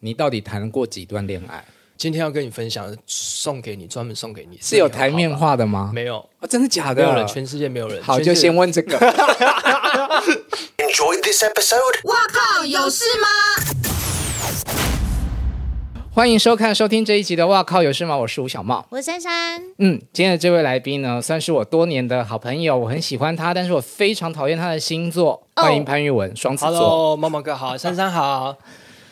你到底谈过几段恋爱？今天要跟你分享，送给你，专门送给你，是有台面话化的吗？没有？啊，真的假没的？有人，全世界没有人。好，全世就界先问 这个。 Enjoyed this episode? 欢迎收看、收听这一集的《哇靠有事吗》，我是吴小茂。我是珊珊，嗯，今天的这位来宾呢，算是我多年的好朋友，我很喜欢他，但是我非常讨厌他的星座。哦欢迎潘玉文，双子座。 Hello，猫猫哥好，珊珊好，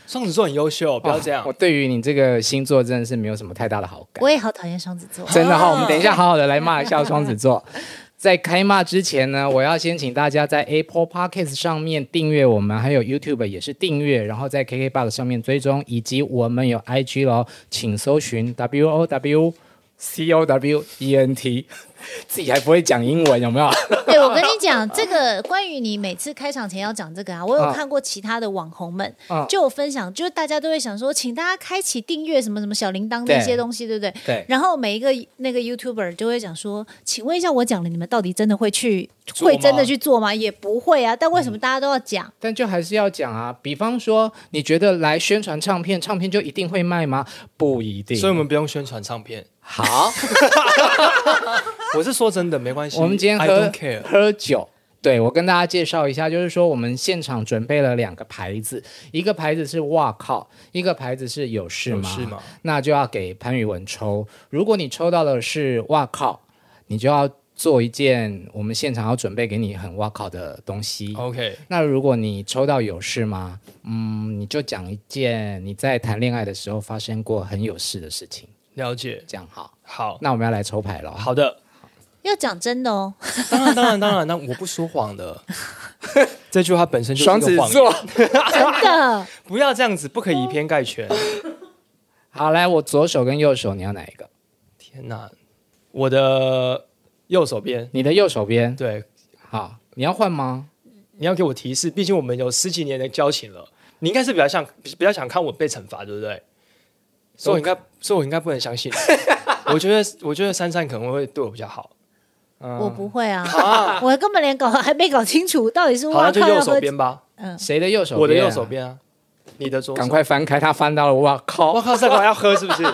双子座很优秀，不要这样我。对于你这个星座真的是没有什么太大的好感 我。也好讨厌双子 座，真的哈、我们等一下好好的来骂一下双子 座。在开骂之前呢，我要先请大家在 Apple Podcast 上面订阅我们，还有 YouTube 也是订阅，然后在 KKBox 上面追踪，以及我们有 IG 咯，请搜寻 W O W C O W E N T，自己 还不会讲英文有没有？对，哎我跟你讲， 这个关于你每次开场前要讲这个啊，我有看过其他的网红们、啊就有分享，就是大家都会想说，请大家开启订阅什么什么小铃铛那些东西，对不对？对然后每一个那个 YouTuber 就会讲说，请问一下，我讲了，你们到底真的会去，做吗会真的去做吗？也不会啊。但为什么大家都要讲？ 但就还是要讲啊，比方说，你觉得来宣传唱片，唱片就一定会卖吗？不一定。所以我们不用宣传唱片，好，我是说真的，没关系。我们今天 I don't 喝 care，喝酒。对，我跟大家介绍一下，就是说我们现场准备了两个牌子，一个牌子是哇靠，一个牌子是有事吗？有事吗？那就要给潘宇文抽。如果你抽到的是哇靠，你就要做一件我们现场要准备给你很哇靠的东西。 OK，那如果你抽到有事吗？嗯，你就讲一件你在谈恋爱的时候发生过很有事的事情，了解。这样好。好，那我们要来抽牌了，哦好的，要讲真的 哦，当然，当然，当然，那我不说谎 的。这句话本身就是双一子个谎言，座。真的。不要这样子，不可以以偏概全。好，来，我左手跟右手，你要哪一个？天哪，我的右手边，你的右手边。对，好，你要换吗？你要给我提示，毕竟我们有十几年的交情了。你应该是比较想比较想看我被惩罚，对不对？所以我应该，所以我应该不能相信。 我觉得，我觉得珊珊可能会对我比较好。嗯我不会啊，我根本连搞还没搞清楚到底是好，那啊哇就靠右要手喝啊边吧，谁的右手边、我的右手。边啊，你的左手。赶！快翻开，他翻到了，哇我靠！靠，这个要喝是不 是？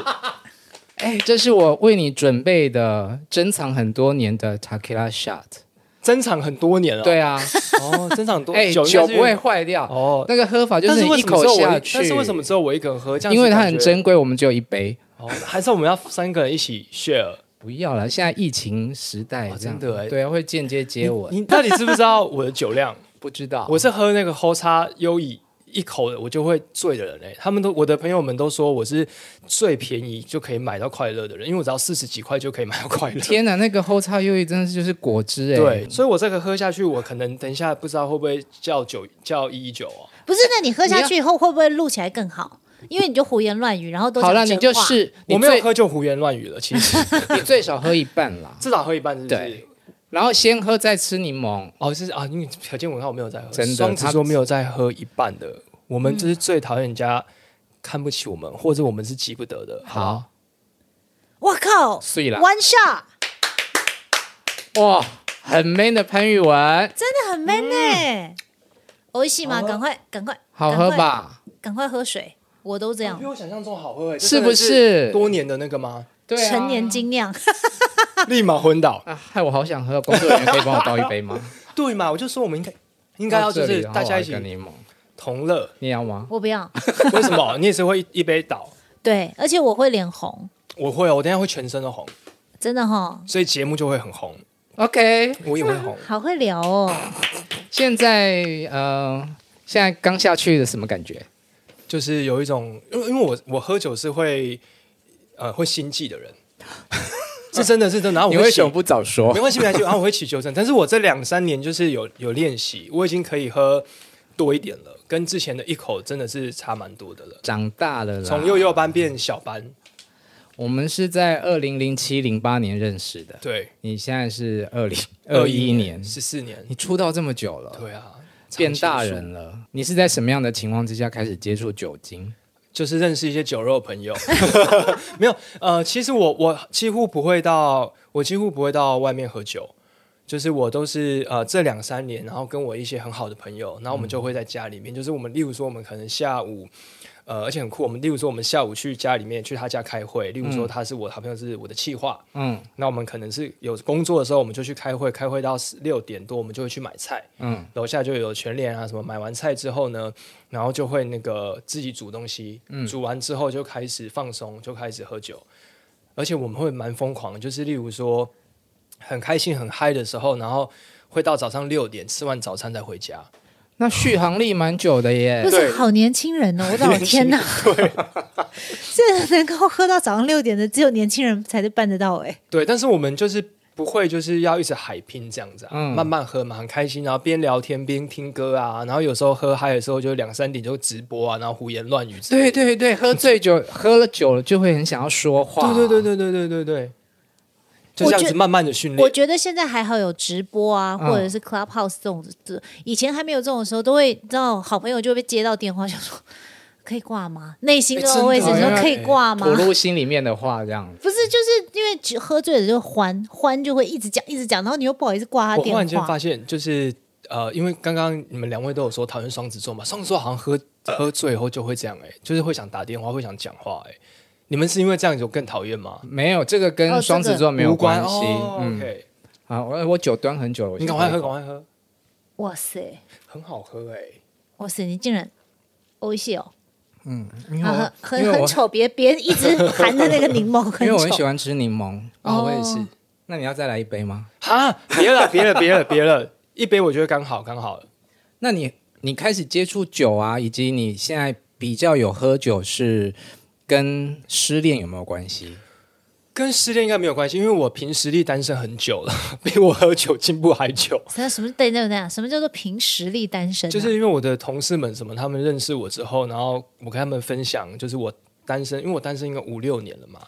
哎，这是我为你准备的珍藏很多年的 Tequila Shot。珍藏很多年了。，对 啊，哦，珍藏很多哎，酒应该酒是不会坏掉。哦。那个喝法就但是你为一什么口只有我下一？去。但是为什么只有我一个人喝？这样因为它子很感觉。珍贵，我们只有一杯。哦，还是我们要三个人一起 share。 不要了，现在疫情时代哦这样，真的哎对啊，会间接接吻。你到底知不知道我的酒量？不知道，我是喝那个红茶优饮一口的，我就会醉的人嘞、欸他们都我的朋友们都说我是最便宜就可以买到快乐的人，因为我只要四十几块就可以买到快乐。天哪，那个后叉忧郁真的是就是果汁哎。 对，所以我这个喝下去，我可能等一下不知道会不会叫酒叫一一九哦。不是，那你喝下去以后会不会录起来更好？因为你就胡言乱语，然后都好了，讲你真就话是你我没有最喝就胡言乱语了，其实你最少喝一半啦。至少喝一半是不是对？然后先喝再吃柠檬。哦，是啊，因为可见我看我没有在喝，真的双子他座没有在喝一半的，我们就是最讨厌人家看不起我们，或者我们是急不得的。吧，好，我靠碎了，one shot，哇，很 man 的潘玉文，真的很 man 呢、嗯欧一系嘛，哦赶快赶快，好喝吧？赶快喝水，我都这样比，我想象中好喝、欸，是不这真的是？多年的那个吗？对啊，成年精酿， 立马昏倒。啊，害我好想喝。工作人员可以帮我倒一杯吗？对嘛？我就说我们应该 应该要就哦到这是里然后大我家一要一起个柠檬，同乐。你要吗？我不要，为什 么？你也是会一一杯倒？对，而且我会脸红，我会哦，我等一下会全身都红，真的哈，所以节目就会很红， OK，我也会 红。好会聊哦，现在呃，现在刚下去的什么感觉？就是有一种，因为因为我我喝酒是会呃会心悸 的人，是真的是真的。然后我你为会什么酒，不早说没？关系没关系，然后我会起纠正。但是我这两三年就是有有练习，我已经可以喝多一点了，跟之前的一口真的是差蛮多的了。长大了啦，从幼幼班变小班，我们是在二零零七零八年认识的，对，你现在是二零二一年，十四年，你出道这么久了，对啊，变常大青树人了，你是在什么样的情况之下开始接触酒精？就是认识一些酒肉朋友， 没有呃，其实我我几乎不会到，我几乎不会到外面喝酒，就是我都是呃这两三年，然后跟我一些很好的朋友，然后我们就会在家里面，就是我们例如说我们可能下午。呃，而且很酷。我们例如说，我们下午去家里面去他家开会，例如说他是我好朋友，是我的企划，嗯那我们可能是有工作的时候，我们就去开会，开会到六点多，我们就会去买菜。嗯，楼下就有全联啊什么。买完菜之后呢，然后就会那个自己煮东西，煮完之后就开始放松，就开始喝酒。而且我们会蛮疯狂的，就是例如说很开心很嗨的时候，然后会到早上六点吃完早餐才回家。那续航力蛮久的不耶。是好年轻人哦！我的老天哪， 这能够喝到早上六点的，只有年轻人才是办得到哎。对，但是我们就是不会就是要一直海拼这样子啊，嗯慢慢喝嘛，很开心，然后边聊天边听歌啊，然后有时候喝嗨的时候就两三点就直播啊，然后胡言乱语之对类对的。对，喝醉酒， 喝了酒了就会很想要说话。对对对对对对对对，就这样我子觉慢慢的训我练。觉得现在还好有直播啊，嗯或者是 Clubhouse 这种，这以前还没有这种时候，都会你知道好朋友就会被接到电话，想说 可以挂吗？内心哎都会想真的说可以挂吗吐？露心里面的话这样子。不是，就是因为只喝醉了就欢欢就会一直讲一直讲，然后你又不好意思挂他我忽电然间话发。现，就是呃，因为刚刚你们两位都有说讨厌双子座嘛，双子座好像喝喝醉后就会这样哎、就是会想打电话，会想讲话哎、你们是因为这样就更讨厌吗？没有，这个哦这跟个双子座没有无关关系。哦嗯， OK，啊，我我酒端很久了，我你赶快喝，赶快喝，哇塞，很好喝哎、哇塞，你竟然哦一些哦，嗯因为啊我很因很为很我丑，别别一直含着那个 柠檬，很因为我很丑喜欢吃柠檬。啊，我也是哦。那你要再来一杯吗？哈，别了，别了，别了，别了，一杯我觉得刚好，刚好了。那你你开始接触酒啊，以及你现在比较有喝酒，是跟失恋有没有关系？跟失恋应该没有关系，因为我凭实力单身很久了， 比我喝酒进步还久。什么什么对对对啊，什么叫做凭实力单身啊、就是因为我的同事们什么，他们认识我之后，然后我跟他们分享，就是我单身，因为我单身应该五六年了嘛，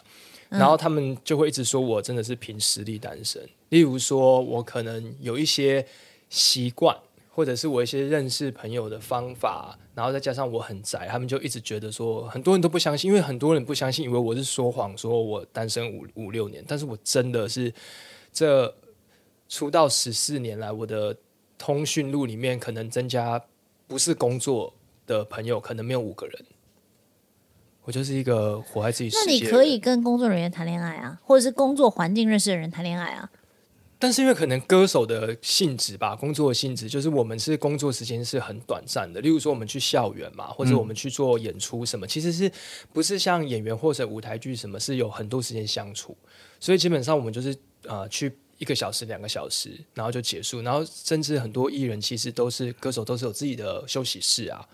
然后他们就会一直说我真的是凭实力单身。例如说，我可能有一些习惯，或者是我一些认识朋友的方法，然后再加上我很宅，他们就一直觉得说，很多人都不相信，因为很多人不相信，以为我是说谎，说我单身五五六年，但是我真的是这出道十四年来，我的通讯录里面可能增加不是工作的朋友，可能没有五个人。我就是一个活在自己世界那的你人。可以跟工作人员谈恋爱啊，或者是工作环境认识的人谈恋爱啊。但是因为可能歌手的性质吧，工作的性质就是我们是工作时间是很短暂的。例如说我们去校园嘛，或者我们去做演出什么，其实是不是像演员或者舞台剧什么是有很多时间相处，所以基本上我们就是呃去一个小时、两个小时，然后就结束。然后甚至很多艺人其实都是歌手都是有自己的休息室啊，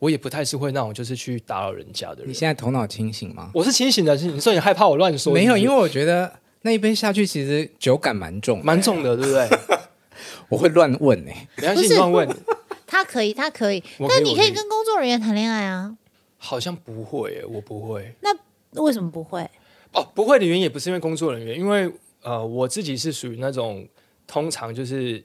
我也不太是会那种就是去打扰人家的你人。现在头脑清醒吗？我是清醒的，是你说你害怕我乱说？没有，因为为我觉得那一杯下去，其实酒感蛮重，蛮重的，对 不对？我会乱问哎、没关系，你乱问。他可以，他可以，我可以但你我可可以以跟工作人员谈恋爱啊。好像不会耶，我不会那为什么不会？哦，不会的原因也不是因为工作人员，因为呃，我自己是属于那种通常就是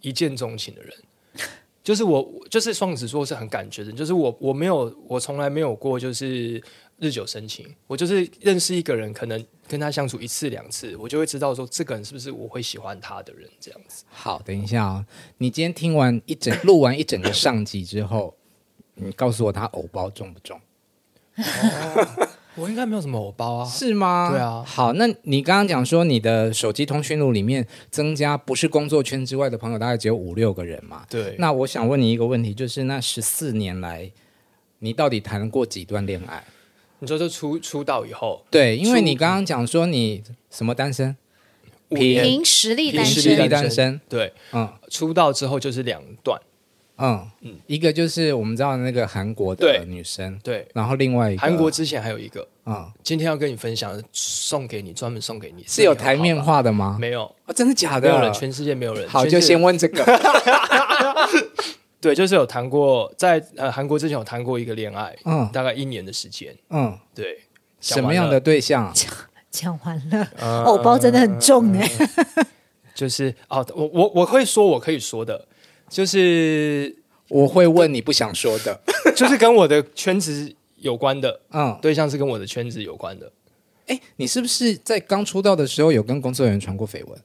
一见钟情的人， 就是我就是双子座是很感觉的，就是我我没有我从来没有过就是日久生情，我就是认识一个人，可能跟他相处一次两次，我就会知道说这个人是不是我会喜欢他的人这样子。好，等一下哦，你今天听完一整录完一整个上集之后，你告诉我他偶包重不重？我应该没有什么偶包啊，是吗？对啊好，那你刚刚讲说你的手机通讯录里面增加不是工作圈之外的朋友，大概只有五六个人嘛？对，那我想问你一个问题，就是那十四年来，你到底谈过几段恋爱？你说就出出道以后，对，因为初你刚刚讲说你什么单身，五平年凭实力单凭实实力力身，单单身身，对，嗯出道之后就是两段，嗯，一个就是我们知道那个韩国的对女生，对，然后另外一个韩国之前还有一个。嗯今天要跟你分享的，送给你，专门送给你，是有台面话化的吗？没有？哦，真的假没有的人，？全世界没有人。好，全世就界先问这个。对，就是有谈过，在呃韩国之前有谈过一个恋爱，嗯大概一年的时间。嗯，对，讲什完么样了的对象啊？讲完了，偶包真的很重哎、就是哦，我我我会说，我可以说的，就是 我会问你不想说的。就是跟我的圈子有关的嗯，对象是跟我的圈子有关的。哎，你是不是在刚出道的时候有跟工作人员传过绯闻？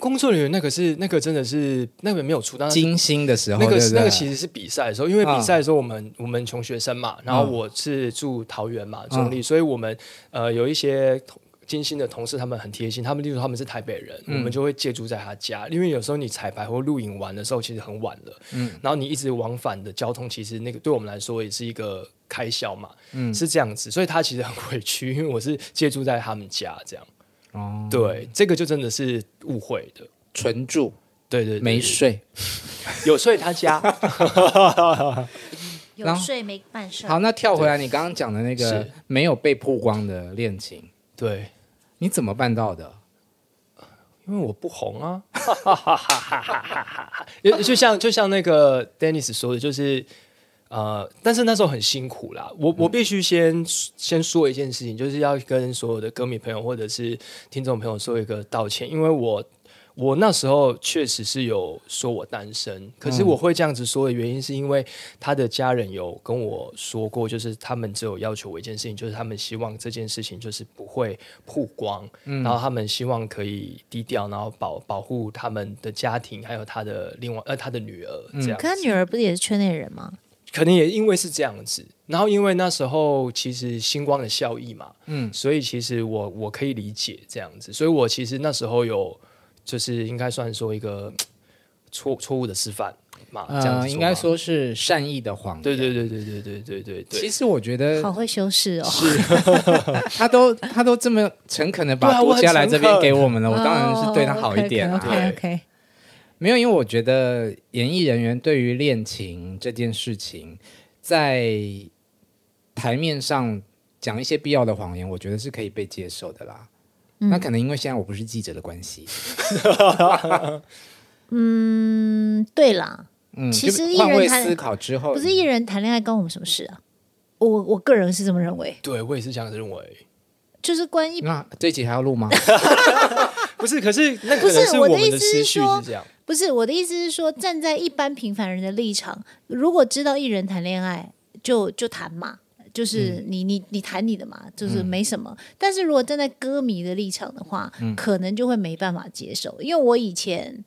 工作人员那个是那个真的是那个没有出，但是金星的时候，呃那个对是不那对个其实是比赛的时候，因为嗯比赛的时候我们、我们穷学生嘛，然后我是住桃园嗯嘛，中立，所以我们呃有一些同金星的同事，他们很贴心，他们例如他们是台北人，我嗯们就会借住在他家，因为有时候你彩排或录影完的时候，其实很晚了，嗯，然后你一直往返的交通，其实那个对我们来说也是一个开销嘛，嗯，是这样子，所以他其实很委屈，因为我是借住在他们家这样，哦，对，这个就真的是误会的，纯住对对对没对睡。 有睡他家。然后有睡没办事儿。好，那跳回来，你刚刚讲的那个是没有被曝光的恋情，对，你怎么办到的？因为我不红啊， 也就像就像那个 Dennis 说的，就是呃，但是那时候很辛苦啦。我我必须先先说一件事情，就是要跟所有的歌迷朋友或者是听众朋友说一个道歉，因为我我那时候确实是有说我单身，可是我会这样子说的原因，是因为他的家人有跟我说过，就是他们只有要求我一件事情，就是他们希望这件事情就是不会曝光，然后他们希望可以低调，然后保保护他们的家庭，还有他的另外呃他的女儿这样。可他女儿不是也是圈内人吗？可能也因为是这样子，然后因为那时候其实星光的效益嘛，嗯嗯，所以其实我我可以理解这样子，所以我其实那时候有就是应该算说一个错错误的示范嘛，这样子呃，应该嘛，说是善意的谎言。对对对对对对对对其对，实我觉得好会修饰哦。他都他都这么诚恳的对把啊我独很家来这边诚恳给我们了，我当然是对他好一点啊。 OK OK，没有，因为我觉得演艺人员对于恋情这件事情，在台面上讲一些必要的谎言，我觉得是可以被接受的啦。那可能因为现在我不是记者的关系，嗯，对啦，嗯，其实就艺人换位他思考之后，不是艺人谈恋爱关我们什么事啊？我我个人是这么认为，对我也是这样子认为，就是关一那这集还要录 吗？不是，可是那不可是能是我的们意的思是思绪说是这样，不是我的意思是说，站在一般平凡人的立场，如果知道艺人谈恋爱，就就谈嘛，就是嗯你、你你谈你的嘛，就是没什么。但是如果站在歌迷的立场的话，嗯可能就会没办法接受，因为我以前。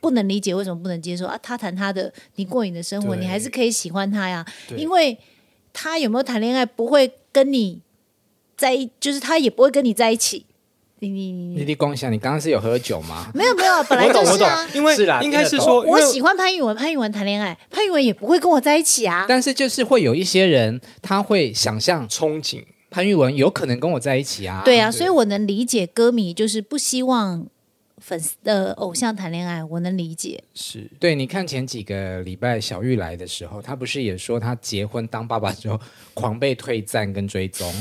不能理解为什么不能接受啊？他谈他的，你过你的生活，对你还是可以喜欢他呀。对因为他有没有谈恋爱，不会跟你在一，就是他也不会跟你在一起。你你你丽丽共享，你刚刚是有喝酒吗？没有没有 啊，本来我懂就我是懂啊，。因为是啦应该听是得哦说，因我为喜欢潘玉文，潘玉文谈恋爱，潘玉文也不会跟我在一起啊。但是就是会有一些人，他会想象憧憬，潘玉文有可能跟我在一起啊。对啊，所以我能理解歌迷就是不希望粉丝的偶像谈恋爱，我能理解。是对，你看前几个礼拜小玉来的时候，她不是也说她结婚当爸爸之后狂被退赞跟追踪？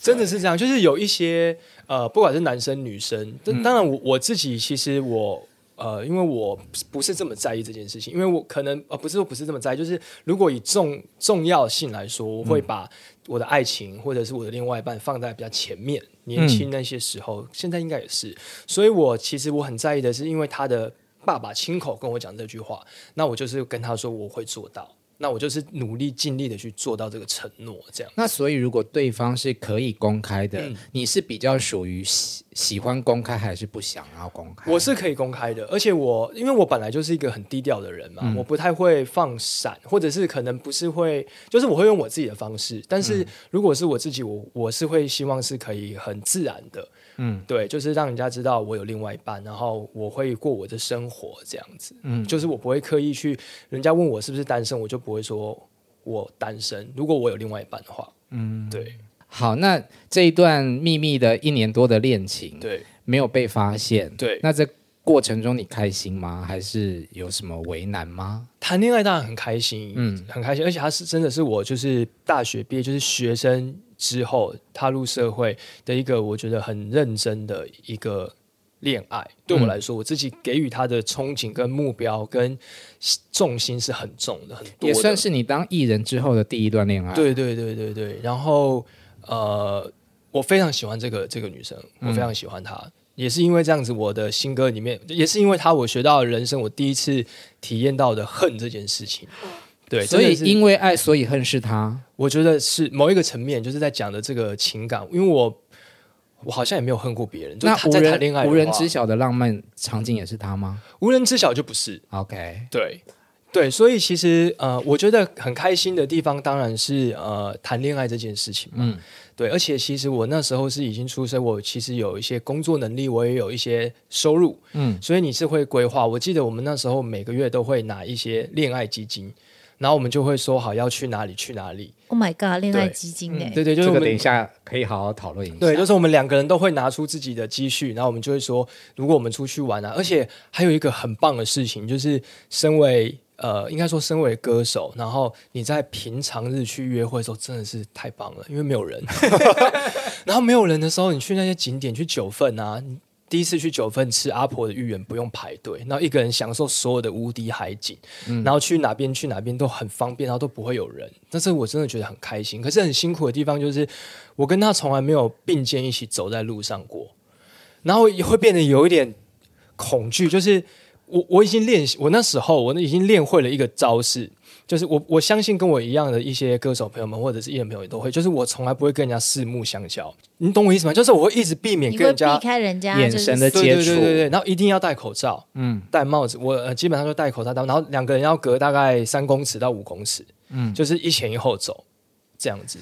真的是这样，就是有一些呃，不管是男生女生，但当然我我自己其实我呃，因为我不是这么在意这件事情，因为我可能呃不是说不是这么在意，就是如果以重重要性来说，我会把我的爱情或者是我的另外一半放在比较前面。年轻那些时候，现在应该也是，所以我其实我很在意的是，因为他的爸爸亲口跟我讲这句话，那我就是跟他说我会做到，那我就是努力尽力的去做到这个承诺，这样。那所以如果对方是可以公开的，嗯你是比较属于喜喜欢公开还是不想要公开？我是可以公开的，而且我因为我本来就是一个很低调的人嘛，我不太会放闪，或者是可能不是会，就是我会用我自己的方式。但是如果是我自己，我我是会希望是可以很自然的，嗯嗯，对，就是让人家知道我有另外一半，然后我会过我的生活这样子，嗯，就是我不会刻意去，人家问我是不是单身，我就不会说我单身。如果我有另外一半的话，嗯，对好，那这一段秘密的一年多的恋情对没有被发现，对，那这过程中你开心吗？还是有什么为难吗？谈恋爱当然很开心，嗯嗯，很开心，而且他是真的是我就是大学毕业就是学生之后踏入社会的一个我觉得很认真的一个恋爱，对嗯我来说，我自己给予他的憧憬跟目标跟重心是很重的，很多的也算是你当艺人之后的第一段恋爱。，对对对对对，然后呃，我非常喜欢这个这个女生，我非常嗯喜欢她，也是因为这样子，我的新歌里面也是因为她，我学到人生我第一次体验到的恨这件事情。对，所以真的是因为爱，所以恨是他。我觉得是某一个层面，就是在讲的这个情感，因为我我好像也没有恨过别人。就那是他无在谈人恋爱的无人话知晓的浪漫场景也是他吗无人知晓就不是。 ？OK，对对，所以其实呃，我觉得很开心的地方当然是呃谈恋爱这件事情嘛。嗯对，而且其实我那时候是已经出生，我其实有一些工作能力，我也有一些收入，嗯，所以你是会规划。我记得我们那时候每个月都会拿一些恋爱基金，然后我们就会说好要去哪里去哪里。 Oh my god，恋爱对嗯基金哎、对对，就是这我个们等一下可以好好讨论一下。对，就是我们两个人都会拿出自己的积蓄，然后我们就会说，如果我们出去玩啊，而且还有一个很棒的事情，就是身为呃，应该说身为歌手，然后你在平常日去约会的时候，真的是太棒了，因为没 有人，然后没有人的时候，你去那些景点，去九份啊。你第一次去九份吃阿婆的芋圆不用排队，然后一个人享受所有的无敌海景，然后去哪边去哪边都很方便，然后都不会有人。但是我真的觉得很开心。可是很辛苦的地方就是，我跟他从来没有并肩一起走在路上过，然后也会变得有一点恐惧，就是我我已经练习，我那时候我已经练会了一个招式，就是我我相信跟我一样的一些歌手朋友们或者是艺人朋友也都会，就是我从来不会跟人家四目相交，你懂我意思吗？就是我会一直避免你跟会人避家。开人家眼就是神的对接对对触对对，然后一定要戴口罩，嗯戴帽子，我、呃、基本上就戴口罩，然后两个人要隔大概三公尺到五公尺，嗯，就是一前一后走这样子，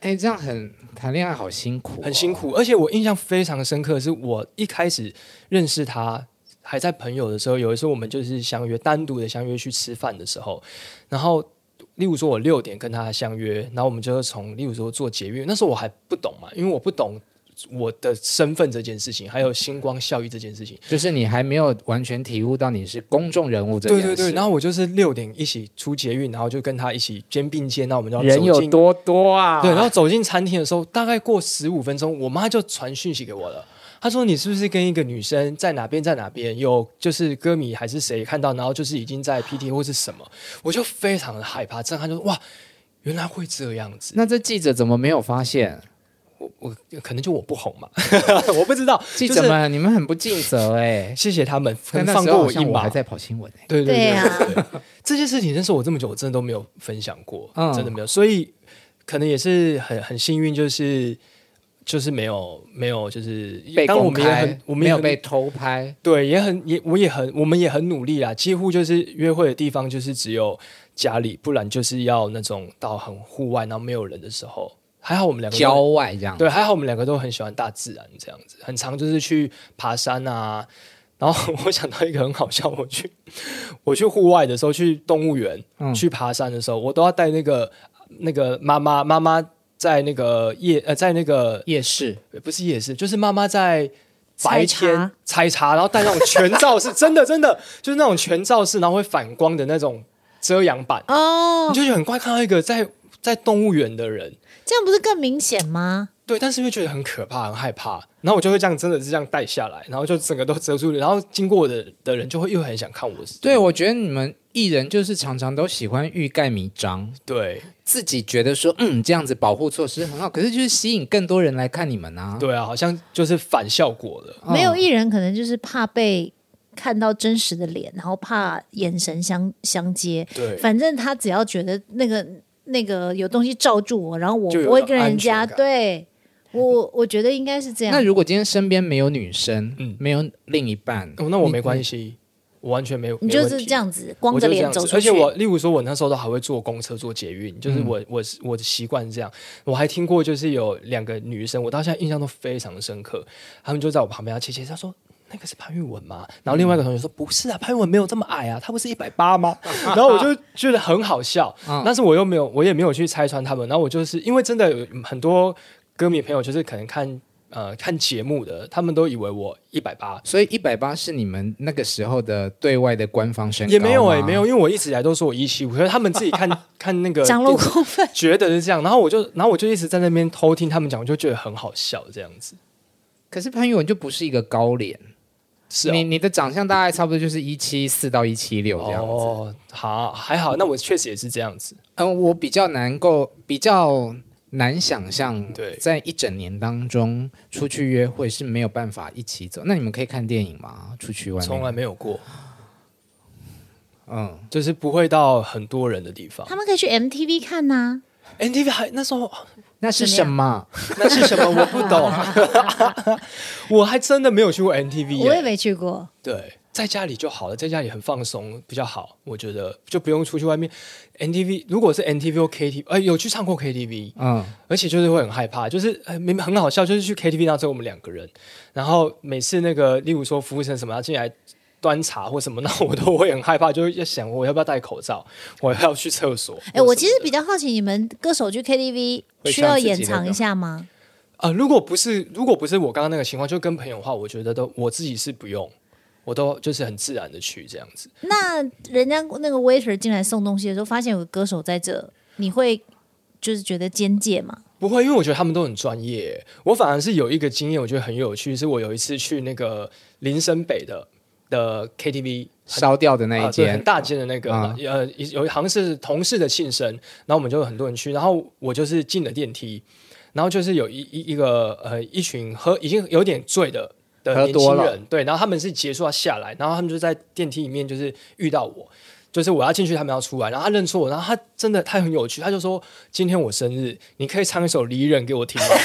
哎，这样很谈恋爱好辛苦哦，很辛苦。而且我印象非常深刻，是我一开始认识他还在朋友的时候，有一次我们就是相约单独的相约去吃饭的时候，然后。例如说，我六点跟他相约，然后我们就从例如说做捷运，那时候我还不懂嘛，因为我不懂我的身份这件事情，还有星光效益这件事情。就是你还没有完全体悟到你是公众人物这件对事。对对，然后我就是六点一起出捷运，然后就跟他一起肩并肩，那我们就要人走有进多多啊！对，然后走进餐厅的时候，大概过十五分钟，我妈就传讯息给我了。她说：“你是不是跟一个女生在哪边在哪边有就是歌迷还是谁看到，然后就是已经在 PT 或是什么？”我就非常的害怕，震撼，就说：“哇，原来会这样子！那这记者怎么没有发现？我我可能就我不红嘛， 我不知道。记就者是们，你们很不尽责哎、谢谢他们，可但能那放时候过好我像一我马还。在跑新闻哎、对对对啊对这件事情认识我这么久，我真的都没有分享过，嗯真的没有，所以可能也是很很幸运，就是就是没有没有就是哎被当然我公们也开很，我们没也有很被偷拍。对，也很也我也很我们也很努力啦，几乎就是约会的地方就是只有家里，不然就是要那种到很户外然后没有人的时候，还好我们两个都郊外这样，对，还好我们两个都很喜欢大自然，这样子，很常就是去爬山啊。然后我想到一个很好笑，我去我去户外的时候，去动物园、嗯去爬山的时候，我都要带那个那个妈妈妈妈在那个夜呃，在那个夜市，不是夜市，就是妈妈在。白采茶天采茶，然后带那种全罩式，真的真的就是那种全罩式，然后会反光的那种遮阳板，哦你，就觉得很快看到一个在在动物园的人，这样不是更明显吗？对，但是又觉得很可怕、很害怕，然后我就会这样，真的是这样带下来，然后就整个都遮住了，然后经过我的的人就会又很想看我是，对我觉得你们艺人就是常常都喜欢欲盖弥彰，对自己觉得说嗯这样子保护措施很好，可是就是吸引更多人来看你们啊。对啊，好像就是反效果了。嗯没有艺人可能就是怕被看到真实的脸，然后怕眼神相相接。对反正他只要觉得那个那个有东西罩住我，然后我就有不会个跟人安全家感对我，我觉得应该是这样那。如果今天身边没有女生，嗯没有另一半，哦，那我你没关，系，我完全没有，你没就问是题这。样子，光我着就这脸样走子，出而且去。我，例如说，我那时候都还会坐公车、坐捷运，就是我、我我的习惯是这样。我还听过，就是有两个女生，我到现在印象都非常深刻。她们就在我旁边要切切，她说：“那个是潘玉文吗？”然后另外一个同学说：“不是啊，潘玉文没有这么矮啊，她不是一百八吗？”然后我就觉得很好笑，嗯但是我又没有，我也没有去拆穿他们。然后我就是因为真的有很多歌迷朋友，就是可能看呃看节目的，他们都以为我一百八，所以一百八是你们那个时候的对外的官方身高也没有哎、哎、没有，因为我一直以来都说我一七五，可是他们自己 看看那个长了电视过分， 觉得是这样，然后我就然后我就一直在那边偷听他们讲，我就觉得很好笑这样子。可是潘玉文就不是一个高脸，是你你的长相大概差不多就是一七四到一七六哦，这样子。哦，好还好，那我确实也是这样子。嗯，我比较难够比较难想象，对在一整年当中出去约会是没有办法一起走。那你们可以看电影吗？出去外面从来没有过，嗯，就是不会到很多人的地方他。们可以去 MTV 看呐、 NTV 还那时候那是什么？那是什么？我不懂， 我还真的没有去过 MTV 耶、我也没去过，对，在家里就好了，在家里很放松比较好，我觉得就不用出去外面。NTV 如果是 NTV 或 KTV，哎、有去唱过 KTV，嗯，而且就是会很害怕，就是呃明明很好笑，就是去 KTV 那时候我们两个人，然后每次那个例如说服务生什么要进来。端茶或什么，那我都会很害怕，就会想我要不要戴口罩，我要不要去厕所。哎，我其实或什么的比较好奇，你们歌手去 KTV 会需要唱自己的掩藏一下吗？啊、如果不是如果不是我刚刚那个情况，就跟朋友的话，我觉得都我自己是不用，我都就是很自然的去这样子。那人家那个 waiter 进来送东西的时候，发现有个歌手在这，你会就是觉得边界吗？不会，因为我觉得他们都很专业。我反而是有一个经验，我觉得很有趣，是我有一次去那个林森北的的 KTV。烧掉的那啊一对间，很大间的那个，啊呃，有好像是同事的庆生，然后我们就有很多人去，然后我就是进了电梯，然后就是有一一一个呃一群喝已经有点醉的的喝年多轻了人，对，然后他们是结束要下来，然后他们就在电梯里面就是遇到我，就是我要进去，他们要出来，然后他认错我，然后他真的他很有趣，他就说今天我生日，你可以唱一首《离人》给我听吗？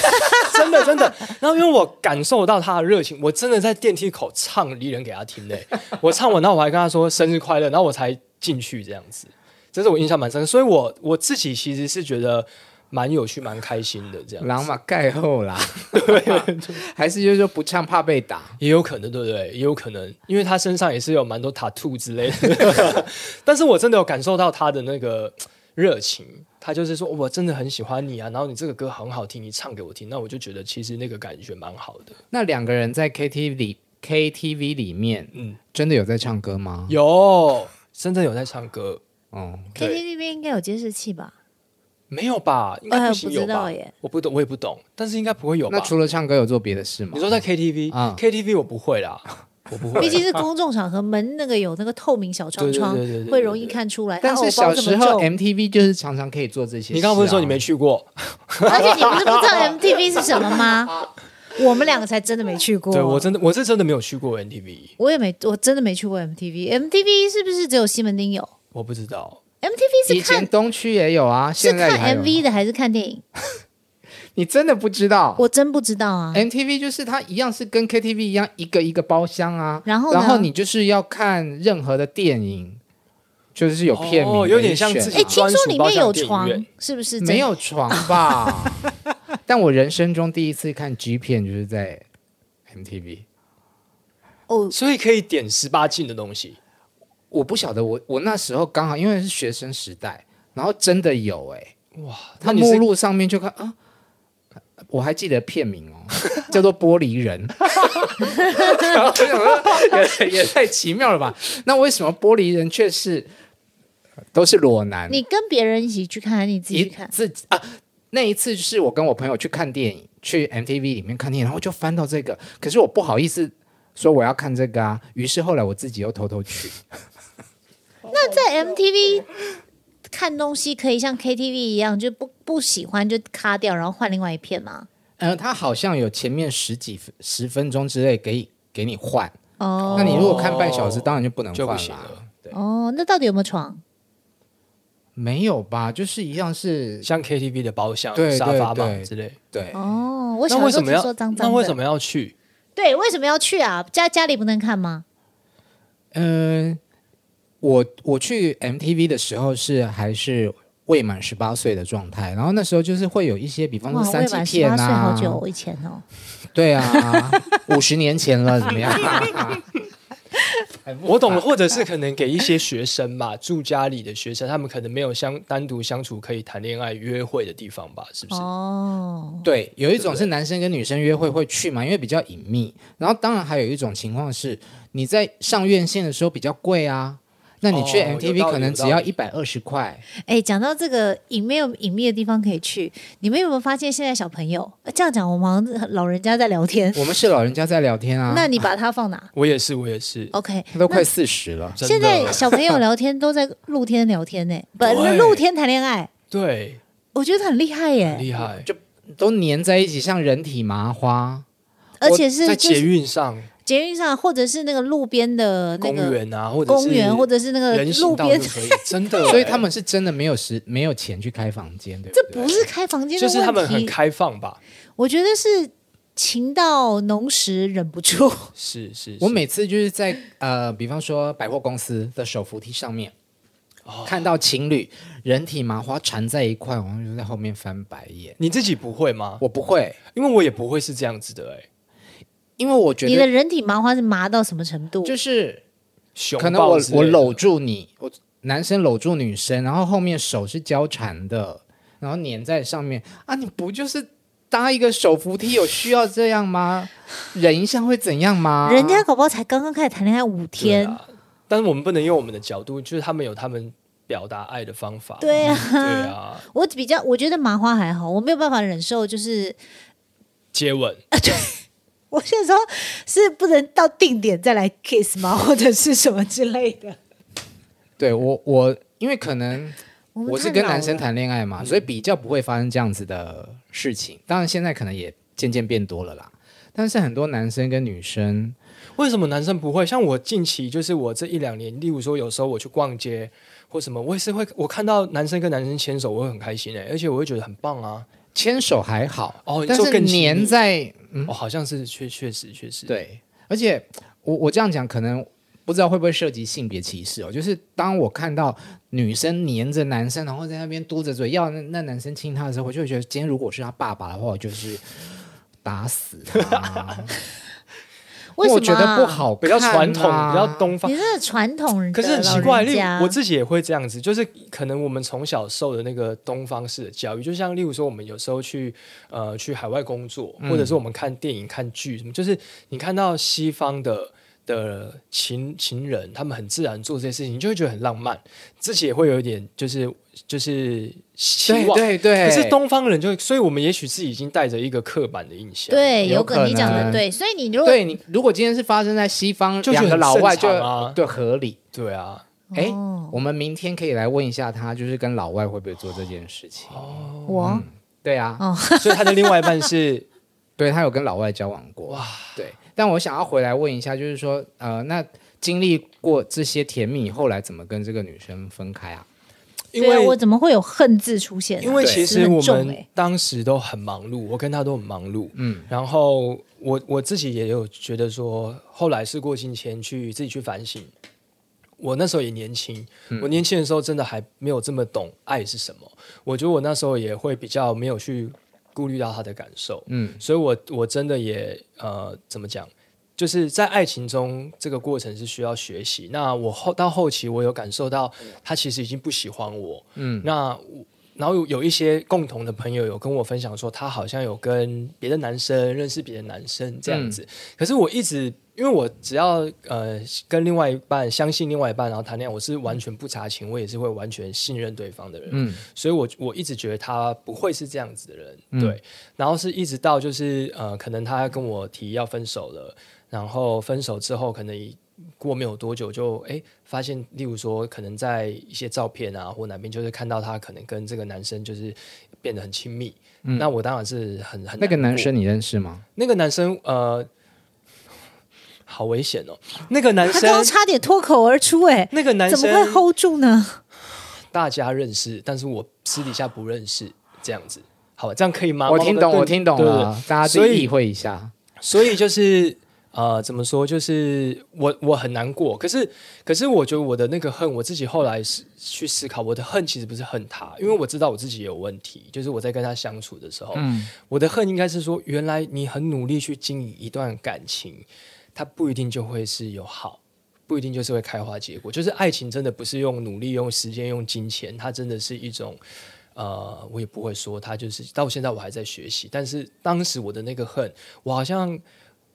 真的真的，然后因为我感受到他的热情，我真的在电梯口唱《离人》给他听嘞、我唱完，然后我还跟他说生日快乐，然后我才进去这样子，这是我印象蛮深的，所以我我自己其实是觉得蛮有趣、蛮开心的这样，狼马盖后啦， 还是就是说不唱怕被打，也有可能对不对？也有可能，因为他身上也是有蛮多塔兔之类的，但是我真的有感受到他的那个呃热情。他就是说，我真的很喜欢你啊，然后你这个歌很好听，你唱给我听，那我就觉得其实那个感觉蛮好的。那两个人在 KTV 里 KTV 里面，嗯嗯，真的有在唱歌吗？有，真的有在唱歌？哦，对 KTV 边应该有监视器吧？没有吧？应该哎不不行知有吧？道耶我不懂，我也不懂，但是应该不会有那吧？除了唱歌有做别的事吗？你说在 KTV，KTV、啊 KTV 我不会啦，我不会。毕竟 是公众场合，门那个有那个透明小窗窗对对对对对，对会容易看出来。但啊是我小包这么时候重 MTV 就是常常可以做这些、啊你刚刚不是说你没？去过？而且你不是不知道 MTV 是什么吗？我们两个才真的没去过。对我真的，我是真的没有去过 NTV，我也没，我真的没去过 MTV。MTV 是不是只有西门町有我不知道。以？MTV 是前看东区也有啊，是现在也还看有 MV 的还是看电影？你真的不知道我真不知道哎啊。 ？MTV 就是它一样是跟 KTV 一样一个一个包厢啊，然后呢然后你就是要看任何的电影，就是有片名的一选啊、哦有点像自己哎，听说里面专属有包厢床电影院，是不是？没。有床 吧？但我人生中第一次看 G 片就是在 MTV。哦，所以可以点十八禁的东西，我不晓得，我我那时候刚好因为是学生时代，然后真的有哎、哇！他那你是目录上面就看啊，我还记得片名哦， 叫做《玻璃 人》然后我想说，也也太奇妙了吧？那为什么玻璃人却是呃都是裸男？你跟别人一起去看，还是你自己一去看？自己啊。那一次是我跟我朋友去看电影，去 MTV 里面看电影，然后就翻到这个，可是我不好意思说我要看这个啊，于是后来我自己又偷偷去。那在 MTV 看东西可以像 KTV 一样，就不不喜欢就卡掉，然后换另外一片吗？呃，他好像有前面十几分十分钟之内给给你换，哦那你如果看半小时，当然就不能哦就换不行啦。了。对，哦，那到底有没有床？没有吧？就是一样是，像 KTV 的包厢、对对沙发嘛对之类。对，哦，我那小为时什候么听要说脏脏那的，为什么要去？对，为什么要去啊？家家里不能看吗？呃嗯，我我去 MTV 的时候是还是未满十八岁的状态，然后那时候就是会有一些，比方哇，说我三也级满十片八岁啊，好久以前哦。对 啊，五十年前了，怎么样？ 我懂了，或者是可能给一些学生嘛， 住家里的学生，他们可能没有相单独相处可以谈恋爱、约会的地方吧，是不是？哦，对，有一种是男生跟女生约会会去嘛，因为比较隐秘。然后当然还有一种情况是，你在上院线的时候比较贵啊，那你去哦有 MTV 道理可能只有要道一百二十块。哎，讲到这个隐没有隐秘的地方可以去，你们有没有发现现在小朋友呃这样讲，我们好像老人家在聊天。 我们是老人家在聊天啊，那你把它放哪我也是，我也是。 ？OK，他都快四十了，真的哦现在小朋友聊天都在露天聊天呢，不，露天谈恋爱，对，我觉得很厉害耶，很厉害，就都粘在一起，像人体麻花。而且在是就捷是运上，捷运上或者是那个路边的那公个园啊，或者公园，或者者是那个人行路道就边，可以，真的欸。 所以他们是真的没有时没有钱去开房间，对 这不对？不是开房间的哎就问题，是他们很开放吧？我觉得是情到浓时忍不住。是是，我每次就是在呃，比方说百货公司的手扶梯上面，哦看到情侣人体麻花缠在一块，我就在后面翻白眼。你自己不会吗？我不会，因为我也不会是这样子的哎，因为我觉你的得人体麻花是麻到什么程度？就是熊可能抱我之类我的啊搂住你，我男生搂住女生，然后后面手是交缠的，然后粘在上面啊，你不就是搭一个手扶梯有需要这样吗？忍一下会怎样吗？人家搞不好才刚刚开始谈恋爱五对天，啊，但是我们不能用我们的角度，就是他们有他们表达爱的方法嘛。对啊 对啊，我比较我觉得麻花还好，我没有办法忍受，就是接吻，我有时候是不能到定点再来 kiss 吗，或者是什么之类的。对我我因为可能。我们我是太跟老男生了，嗯谈恋爱嘛，所以比较不会发生这样子的事情。当然，现在可能也渐渐变多了啦。但是很多男生跟女生，为什么男生不会？像我近期就是我这一两年，例如说有时候我去逛街或什么，我也是会，我看到男生跟男生牵手，我会很开心哎、而且我会觉得很棒啊。牵手还好，哦你但说是更亲密黏在哦，好像是确确实确实，对，而且我我这样讲可能不知道会不会涉及性别歧视哦。就是当我看到女生黏着男生，然后在那边嘟着嘴要那那男生亲她的时候，我就会觉得今天如果是他爸爸的话，我就是打死 他。为什我么啊觉得不好、比较传统，比较。东方你。这个传统人，可是很奇怪，例例如我自己也会这样子，就是可能我们从小受的那个东方式的教育，就像例如说我们有时候去呃去海外工作，或者是我们看电影、看剧什么，就是你看到西方的的情情人，他们很自然做这些事情，你就会觉得很浪漫，自己也会有一点就是就是希对望。对对，可是东方人就，所以我们也许自己已经带着一个刻板的印象。对，有有可能你可讲的能对，所以你如果对你，如果今天是发生在西方，就觉得两个很老外就正常啊对合理。对啊，哎、哦我们明天可以来问一下他，就是跟老外会不会做这件事情？哦我对啊，所以他的另外一半 是对他有跟老外交往过。哇，对。但我想要回来问一下，就是说，呃，那经历过这些甜蜜，后来怎么跟这个女生分开啊？因对啊为我怎么会有恨字出现啊？因为对其是实很我重们欸当时都很忙碌，我跟他都很忙碌。嗯，然后我我自己也有觉得说，后来事过境迁，去自己去反省。我那时候也年轻，嗯我年轻的时候真的还没有这么懂爱是什么。我觉得我那时候也会比较没有去顾虑到他的感受。嗯，所以我我真的也呃，怎么讲？就是在爱情中，这个过程是需要学习。那我后到后期，我有感受到他其实已经不喜欢我。嗯，那我然后有有一些共同的朋友有跟我分享说，他好像有跟别的男生认识别的男生这样子。可是我一直，因为我只要呃跟另外一半相信另外一半，然后谈恋爱，我是完全不查情，我也是会完全信任对方的人。嗯所以我我一直觉得他不会是这样子的人，对。然后是一直到就是呃，可能他跟我提要分手了，然后分手之后可能一过没有多久就哎发现，例如说可能在一些照片啊或哪边，就是看到他可能跟这个男生就是变得很亲密。那我当然是很嗯很那个难男过生你认识吗？那个男生呃，好危险哦！那个男他刚生刚差点脱口而出，哎，那个男怎么会生 hold 住呢？大家认识，但是我私底下不认识，这样子，好吧，这样可以吗？我听懂，对我听懂对对了，大家所自己以意会一下。所以就是呃，怎么说？就是我我很难过，可是可是我觉得我的那个恨，我自己后来是去思考，我的恨其实不是恨他，因为我知道我自己也有问题，就是我在跟他相处的时候，我的恨应该是说，原来你很努力去经营一段感情，它不一定就会是有好。不一定就是会开花结果，就是爱情真的不是用努力、用时间、用金钱，它真的是一种呃，我也不会说他就是到现在我还在学习，但是当时我的那个恨，我好像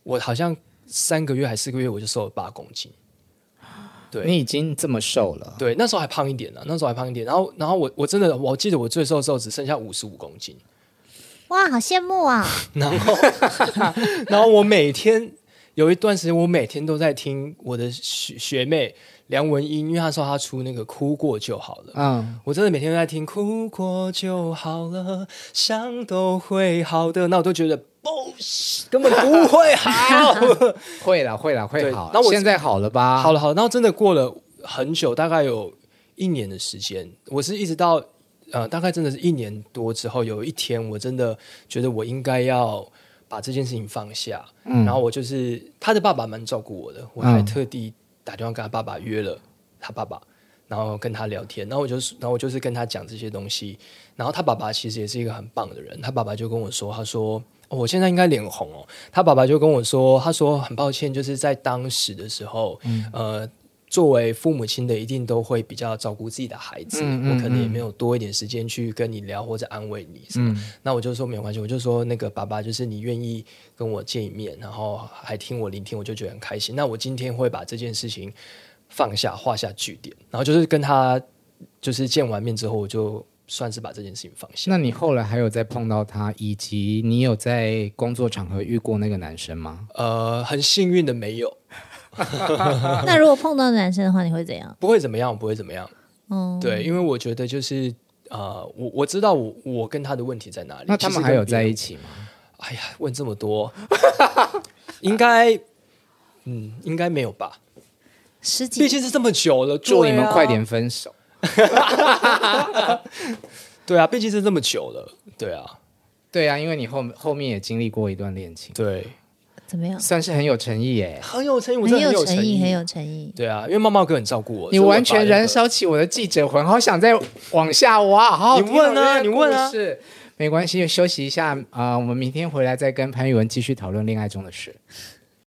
我好像三个月还四个月我就瘦了八公斤，对你已经这么瘦了，对，那时候还胖一点呢、啊那时候还胖一点，然后然后我我真的我记得我最瘦的时候只剩下五十五公斤，哇，好羡慕 啊！然后然后我每天有一段时间我每天都在听我的学学妹梁文音，因为她说她出那个哭过就好了，嗯，我真的每天都在听，哭过就好了，伤都会好的。那我都觉得，嘣，根本不会好。会了，会了，会对好。那我现在好了吧？好了好了，然后真的过了很久，大概有一年的时间，我是一直到呃，大概真的是一年多之后，有一天我真的觉得我应该要把这件事情放下，然后我就是他的爸爸蛮照顾我的，我还嗯特地打电话跟他爸爸约了他爸爸。然后跟他聊天，然后我就是，然后我就是跟他讲这些东西。然后他爸爸其实也是一个很棒的人，他爸爸就跟我说，他说、哦我现在应该脸红哦。他爸爸就跟我说，他说很抱歉，就是在当时的时候，嗯呃，作为父母亲的一定都会比较照顾自己的孩子，嗯嗯嗯我可能也没有多一点时间去跟你聊或者安慰你什么。那我就说没有关系，我就说那个爸爸，就是你愿意跟我见一面，然后还听我聆听，我就觉得很开心。那我今天会把这件事情放下，画下句点，然后就是跟他就是见完面之后，我就算是把这件事情放下。那你后来还有再碰到他，以及你有在工作场合遇过那个男生吗？呃，很幸运的没有，啊那如果碰到男生的话，你会怎样？不会怎么样，不会怎么样。嗯，对，因为我觉得就是呃，我我知道我我跟他的问题在哪里。那他其们实还有跟别在人一起吗？哎呀，问这么多， 应该，嗯，应该没有吧？十几毕竟是这么久了，祝你对们啊快点分手。对啊，毕竟是这么久了，对啊，对啊，因为你后后面也经历过一段恋情，对，怎么样？算是很有诚意耶。很有诚意，我很真的有有诚诚意，很有诚意。对啊，因为茂茂哥很照顾我，你所以我完全把那个燃，烧起我的记者魂，好想再往下挖，好好你听哦问啊这个你问啊故事没关系，休息一下啊、呃我们明天回来再跟潘宇文继续讨论恋爱中的事。